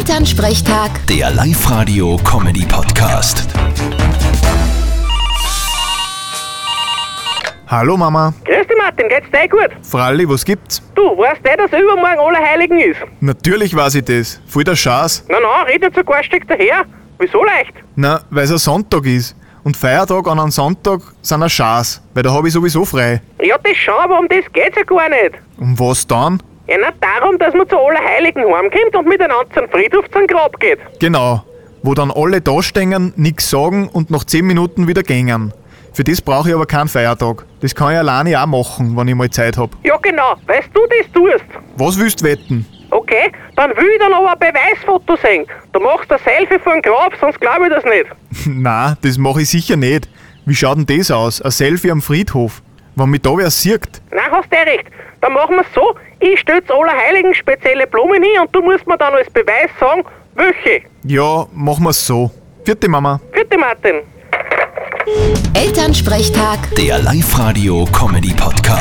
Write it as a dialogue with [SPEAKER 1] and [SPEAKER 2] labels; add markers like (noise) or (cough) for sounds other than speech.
[SPEAKER 1] Elternsprechtag,
[SPEAKER 2] Der Live-Radio-Comedy-Podcast.
[SPEAKER 3] Hallo Mama.
[SPEAKER 4] Grüß dich Martin, geht's dir gut?
[SPEAKER 3] Fralli, was gibt's?
[SPEAKER 4] Du, weißt du, dass übermorgen Allerheiligen ist?
[SPEAKER 3] Natürlich weiß ich das. Voll der Schatz.
[SPEAKER 4] Na na, red jetzt sogar ein Stück daher. Wieso leicht?
[SPEAKER 3] Na, weil's ein Sonntag ist. Und Feiertag an einem Sonntag sind ein Schatz, weil da hab ich sowieso frei.
[SPEAKER 4] Ja, das schon, aber um das geht's ja gar nicht.
[SPEAKER 3] Und was dann?
[SPEAKER 4] Ja, na darum, dass man zu Allerheiligen heimkommt und miteinander zum Friedhof zum Grab geht.
[SPEAKER 3] Genau. Wo dann alle dastehen, nix sagen und nach 10 Minuten wieder gängen. Für das brauche ich aber keinen Feiertag. Das kann ich alleine auch machen, wenn ich mal Zeit hab.
[SPEAKER 4] Ja genau, weißt du das tust?
[SPEAKER 3] Was willst wetten? (laughs)
[SPEAKER 4] Okay, dann will ich dann aber ein Beweisfoto sehen. Du machst ein Selfie vor dem Grab, sonst glaube ich das nicht.
[SPEAKER 3] Na, das mache ich sicher nicht. Wie schaut denn das aus? Ein Selfie am Friedhof. Wenn mich da wer sieht.
[SPEAKER 4] Na, hast du recht. Dann machen wir's so, ich stell zu Allerheiligen spezielle Blumen hin und du musst mir dann als Beweis sagen, welche.
[SPEAKER 3] Ja, machen wir's so. Vierte Mama.
[SPEAKER 4] Bitte Martin.
[SPEAKER 1] Elternsprechtag.
[SPEAKER 2] Der Live-Radio-Comedy-Podcast.